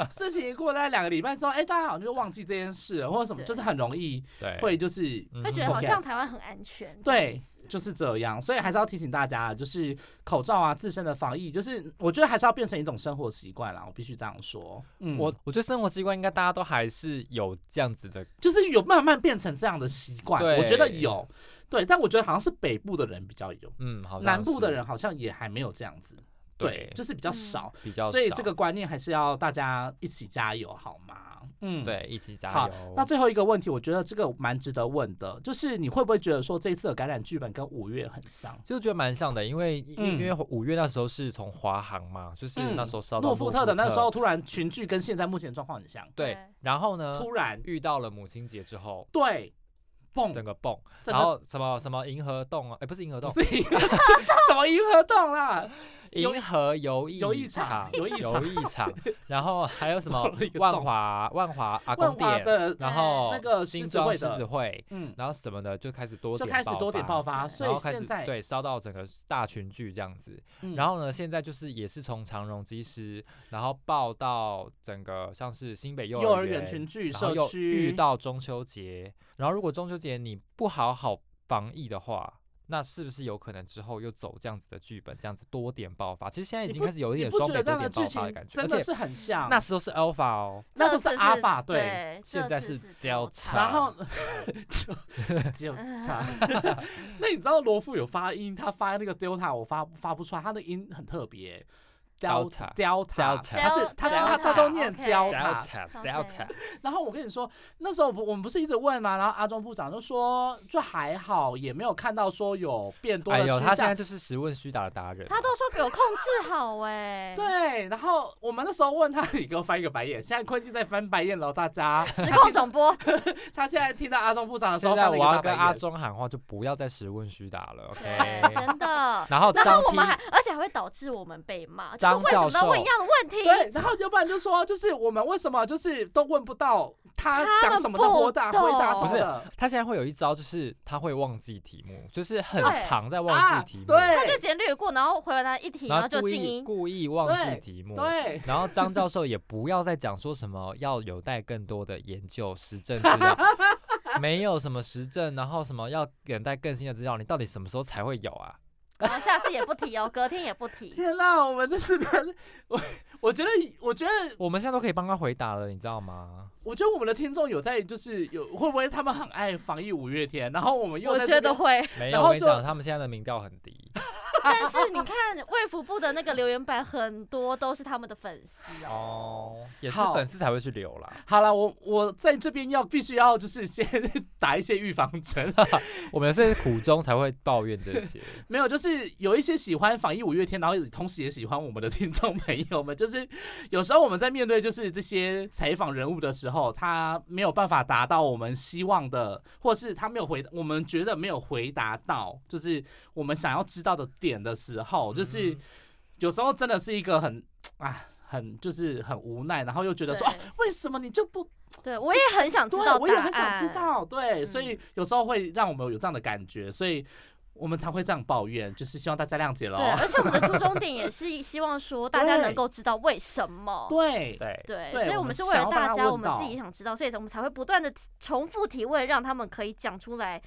事情一过大概两个礼拜之后，哎、大家好像就忘记这件事了，或者什么，对就是很容易对，会就是嗯会觉得好 forget 像台湾很安全。对，就是这样，所以还是要提醒大家，就是口罩啊，自身的防疫，就是我觉得还是要变成一种生活习惯啦，我必须这样说。嗯，我我觉得生活习惯应该大家都还是有这样子的，就是有慢慢变成这样的习惯，对我觉得有，对，但我觉得好像是北部的人比较有，嗯，好像南部的是人好像也还没有这样子，对，对就是比较少，比较少，所以这个观念还是要大家一起加油，好吗？嗯，。对一起加好油。那最后一个问题，我觉得这个蛮值得问的，就是你会不会觉得说这次的感染剧本跟五月很像？其实我觉得蛮像的，因为因嗯因为五月那时候是从华航嘛，就是嗯那时候烧到诺福富特的那时候突然群聚，跟现在目前的状况很像。对啊对，然后呢突然，遇到了母亲节之后，对，蹦，整个蹦，整然个后什么什么银河洞啊，哎不是银河不洞，是银河 什么银河洞啦，游银河游艺游艺场场游艺场艺 场，然后还有什么蹦了一个洞万华万华阿万公华店，的然后那个狮新子庄会狮子的，会，嗯，然后什么的就开始多就点开始多点爆发。发，对所然以后开现始在，对烧到整个大群聚这样子，嗯然后呢，现在就是也是从长荣机师，然后报到整个像是新北幼儿儿园群聚然后社又区遇，到中秋节，然后如果中秋节你不好好防疫的话，那是不是有可能之后又走这样子的剧本，这样子多点爆发？其实现在已你经不开始有一你点不双觉北得这多样的点剧爆发的情感觉，真而的且是很像？那时候是 Alpha 哦，那时候这是次阿法对，对，现这在次是是交叉然 后就就差。那你知道罗富有发音，他发那个 delta 我发发不出来，他的音很特别。 Delta delta， Delta 他是他是他 Delta，他都念 OK delta。 Delta OK Delta，然后我跟你说，那时候我们不是一直问嘛，然后阿中部长就说，就还好，也没有看到说有变多哎的呦，趋他现在向。就是实问虚答的达人啊，他都说给我控制好哎，对，然后我们那时候问他，你给我翻一个白眼。现在坤基在翻白眼了，大家。实况总播，他现在听啊到阿中部长的时候，现在翻了我一个大要白跟阿眼。忠喊话，就不要再实问虚答了 对， ，OK？真的。 然后然张后我们还批，，而且还会导致我们被骂，就是哎张为什么教要问授一样的问题？对，然后要不然就说，就是我们为什么就是都问不到他他讲们什么不的回答回答什懂么的，他现在会有一招，就是他会忘记题目，就是很对常在啊忘记题目，他就对直接略过，然后回答一题，然然后后就故静意音。故意忘记题目，对，然后张教授也不要再讲说什么要有待更多的研究实证 资料，没有什么实证，然后什么要等待更新的资料，你到底什么时候才会有啊？然后下次也不提哦，隔天也不提。天啦，我们这是不是我 我觉得，我觉得，我们现在都可以帮他回答了，你知道吗？我觉得我们的听众有在，就是有会不会他们很爱防疫五月天，然后我们又我在这觉边得 会。没然有，后我跟你就讲，他们现在的民调很低。但是你看卫福部的那个留言板，很多都是他们的粉丝哦。哦，也是好粉丝才会去留啦。好了，我我在这边要必须要就是先 打一些预防针，我们是苦中才会抱怨这 些。没有，就是有一些喜欢防疫五月天，然后同时也喜欢我们的 听众朋友们，就是有时候我们在面对就是这些采访人物的时候，他没有办法达到我们希望的，或是他没有回，我们觉得没有回答到，就是我们想要知道的点的时候，就是有时候真的是一个很啊。很就是很无奈，然后又觉得说啊对，为什么你就不对，我也很想知对，道我答也案。很想知哦道，对，所嗯以有时候会让我们有这样的感觉，所以我们才会这样抱怨，就是希望大家谅解喽对，。而且我们的初衷 点也是希望说大家能够知道为什么。 对，对，对，对所以我我们们是想为了要大大家家，问我们自到己想知道，所以我们才会不断的重复提问，让他们可以讲出来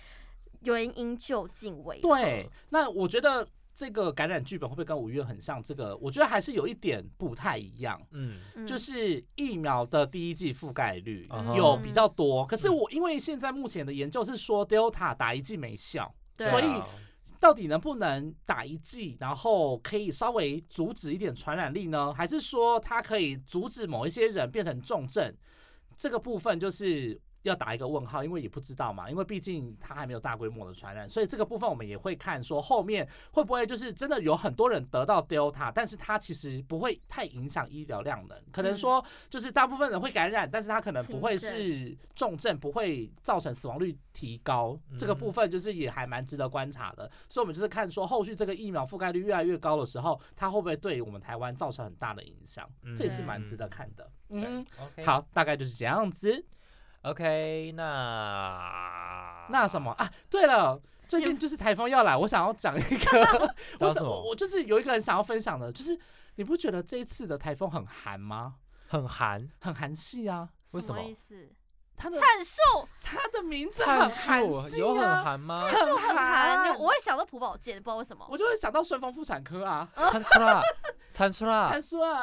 原因究竟为何。对，那我觉得这个感染剧本会不会跟五月很像？这个我觉得还是有一点不太一样，嗯，嗯，就是疫苗的第一剂覆盖率哦啊哈有比较多，可是嗯我因为现在目前的研究是说 Delta 打一剂没效，对所以对啊到底能不能打一剂，然后可以稍微阻止一点传染力呢？还是说它可以阻止某一些人变成重症？这个部分就是要打一个问号，因为也不知道嘛，因为毕竟它还没有大规模的传染，所以这个部分我们也会看说后面会不会就是真的有很多人得到 Delta，但是它其实不会太影响医疗量能，可能说就是大部分人会感染，但是它可能不会是重症，不会造成死亡率提高，嗯这个部分就是也还蛮值得观察的，所以我们就是看说后续这个疫苗覆盖率越来越高的时候，它会不会对我们台湾造成很大的影响，嗯这也是蛮值得看的。嗯对。，OK，好，大概就是这样子。 ，OK，那那什么啊？对了，最近就是台风要来，我想要讲一个，我讲想什么我我就是有一个很想要分享的，就是你不觉得这一次的台风很寒吗？很寒？很韩系啊，为什什么么意思？它的阐述它的名字很看韩树系有很啊，寒吗？很很寒，韩。我会想到朴宝剑，不知道为什么。我就会想到顺丰妇产科啊，产出啦，产出啦陈，叔 啊，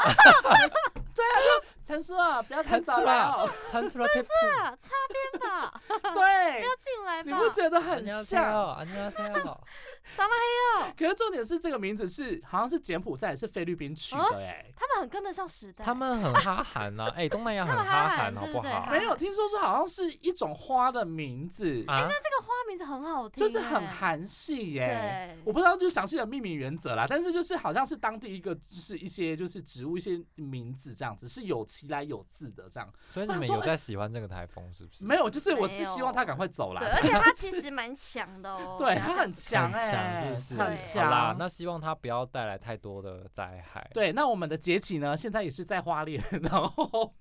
对啊，陈叔啊，不要太看早出了啦，，产出啦，贴谱。啊，擦边吧，对不，要进来啊你吧。不觉得 안 很 녕하세 像？ 요안녕하세요 撒拉黑哦，可是重点是这个名字是好像是柬埔寨还是菲律宾取的哎、他们很跟得上时代。他们很哈韩呐、啊，哎、东南亚他很们哈哈韩，韩好对不对好？对没有听说说好像是一种花的名字，啊，这个花名字很好听就欸，是很欸韩系耶、对我不知道就是详细的命名原则啦，但是就是好像是当地一个就是一些就是植物一些名字这样子，是有其来有字的这样。所以我你想们说有哎在喜欢这个台风是不是？没有，就是我没是有希望他赶快走啦。对，。而且他其实蛮强的哦 对不要他这样很强很强哎、是不是？很对好啦强，。那希望它不要带来太多的灾害。对，那我们的节气呢，现在也是在花莲， 然后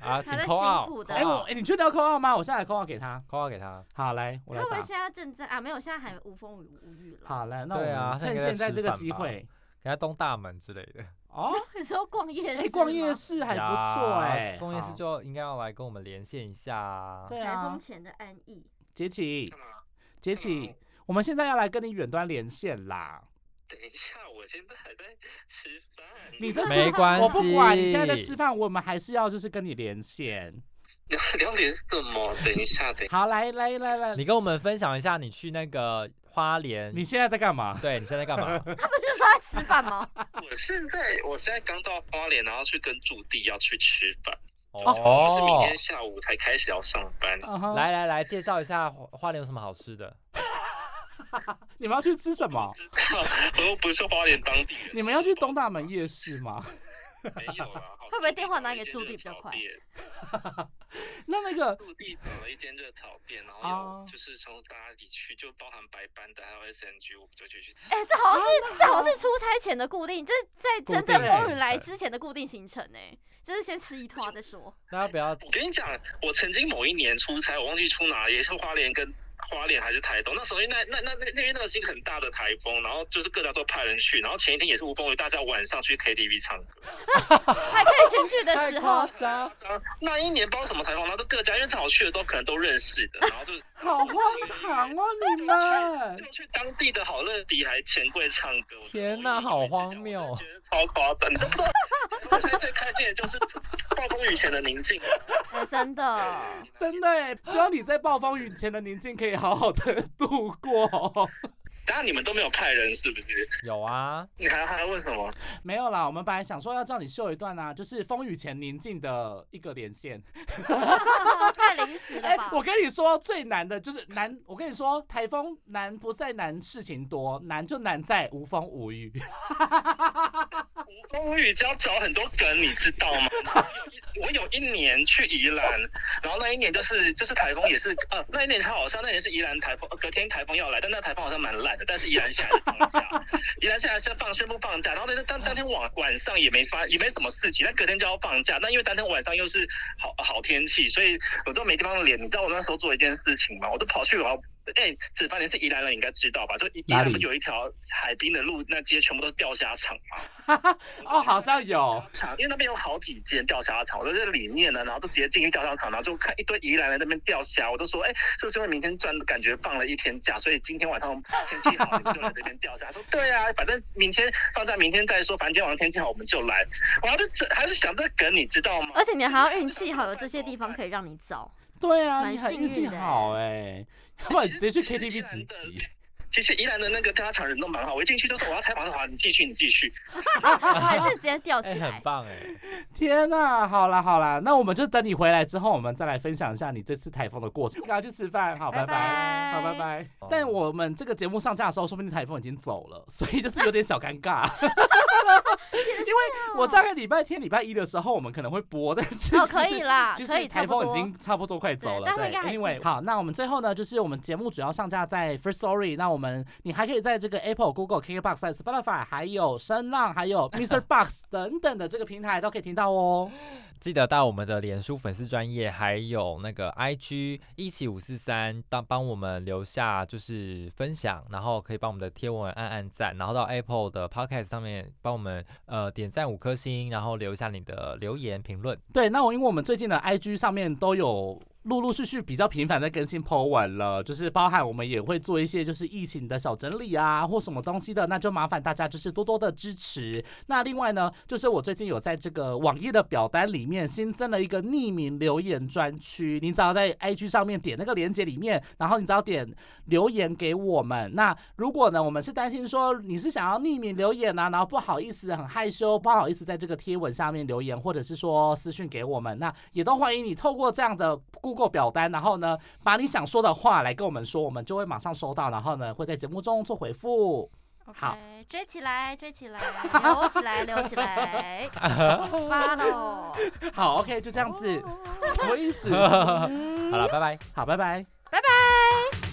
啊，请在扣辛号，苦的哎、我哎、你确定要扣号吗？我现在来扣号给他。扣号给他。好，来我来会不打会。现在正在啊？没有，现在还无风雨无雨了。好来，那我对啊们趁现在现在吃这个饭机吧 会给他东大门之类的，哦，你说逛夜市哎、吗？逛夜市还不错哎、工业师好就应该要来跟我们连线一下啊。对台啊风，前的安逸。杰奇干，嘛？杰嗯奇，我们现在要来跟你远端连线啦。等一下，我现在还在吃饭。你这没关我系，不管你现在在吃饭，我们还是要就是跟你连线。你要连什么？等一下，等一下。好，来来来来，你跟我们分享一下你去那个花莲，你现在在干嘛？对你现在干 嘛？他们就说在吃饭吗？我现在我现在刚到花莲，然后去跟驻地要去吃饭。我是明哦天，下午才开始要上班。啊哈，来来来，介绍一下花花莲有什么好吃的？你们要去吃什么？我又不是花莲当地人。你们要去东大门夜市吗？ 没有啦。好会不会电话拿给驻地比较快那那个驻地找了一间热炒店，然哦后有就是从哪里去，就包含白班的，还有 SNG，我们就去去吃。 哎、这好啊像是这好像是出差前的固定，就是在真正固定风雨行来程之前的固定行程哎、就是先吃一坨再说。大家不要我跟你讲，我曾经某一年出差，我忘记出哪，也是花莲跟花莲还是台东，那时候因为那那那那那边那个是一个很大的台风，然后就是各家都派人去，然后前一天也是无风雨，大家晚上去 KTV 唱歌。还可以群聚的时候，张，那一年不知道什么台风，然后都各家因为正好去的都可能都认识的，然后就 好荒唐哦，你们就！去当地的好乐迪还钱柜唱歌。我天哪好荒谬我觉得超夸张，你都不知道。 我才最开心的就是暴风雨前的宁静。哎，真的。 真的耶，希望你在暴风雨前的宁静可以好好的度过。哦当然你们都没有派人是不是？有啊，你还还问什么？ 没有啦，我们本来想说要叫你秀一段啊，就是风雨前宁静的一个连线。太临时了哎、吧？我跟你说，最难的就是难。我跟你说，台风难不在难事情多，难就难在无风无雨。风雨只要找很多梗，你知道吗？ 我有一年去宜兰，然后那一年就是就是台风也是呃，那一年它好像那年是宜兰台风，呃隔天台风要来，但那台风好像蛮烂的，但是宜兰现在还是放假， 宜兰现在还是放宣布放假，然后那当当天晚晚上也没发也没什么事情，但隔天就要放假，那因为当天晚上又是好好天气，所以我都没地方连。你知道我那时候做一件事情吗？我都跑去我要。哎、子凡，你是宜兰人，你应该知道吧？就宜宜哪里兰不有一条海滨的路，那街全部都是钓虾场嘛。哦，好像 有。场， 因为那边有好几间钓虾场，我就在里面呢，然后就直接进去钓虾场，然后就看一堆宜兰人在那边钓虾，我就说，哎、就是因为明天赚，感觉放了一天假，所以今天晚上天气好，你们就来这边钓虾。他说对啊，反正明天放假，明天再说，反正今天晚上天气好，我们就来。我还是整还是想这个梗，你知道吗？而且你还要运气好，有这些地方可以让你找。对啊，蛮你很幸运气运的欸好哎、 要不然你直接去 KTV 集其实宜兰的集。其实宜兰的那个钓虾场人都蛮好，我一进去就说我要采访的话，你继续，你继续。还是直接吊哎、起来很。棒哎、天呐、好啦好啦，那我们就等你回来之后，我们再来分享一下你这次台风的过程。赶快去吃饭，好，拜拜哦拜好，拜拜。但我们这个节目上架的时候，说不定台风已经走了，所以就是有点小尴尬。 因我大概礼拜天、礼拜一的时候，我们可能会播，但是哦，其可实以啦，其可以实差台不多风已经差不多快走了，对对但我应该还记，Anyway，得好，那我们最后呢，就是我们节目主要上架在 First Story，那我们你还可以在这个 Apple、Google、KKBox、还有 Spotify，还有声浪，还有 Mr. Box 等等的这个平台都可以听到哦。记得到我们的脸书粉丝专业，还有那个 IG 一七五四三，当帮我们留下就是分享，然后可以帮我们的贴文按按赞，然后到 Apple 的 Podcast 上面帮我们呃点赞五颗星，然后留下你的留言评论。对，那我因为我们最近的 IG 上面都有陆陆续续比较频繁在更新 po 文了，就是包含我们也会做一些就是疫情的小整理啊，或什么东西的，那就麻烦大家就是多多的支持。那另外呢，就是我最近有在这个网页的表单里面新增了一个匿名留言专区，你只要在 IG 上面点那个链接里面，然后你只要点留言给我们。那如果呢，我们是担心说你是想要匿名留言啊，然后不好意思、很害羞、不好意思在这个贴文下面留言，或者是说私讯给我们，那也都欢迎你透过这样的 Google 表单，然后呢，把你想说的话来跟我们说，我们就会马上收到，然后呢，会在节目中做回复。好 OK，追起来，追起来，留起来，留起来，发喽！好，OK，就这样子，什么意思？ 好了，拜拜。好，拜拜。拜拜。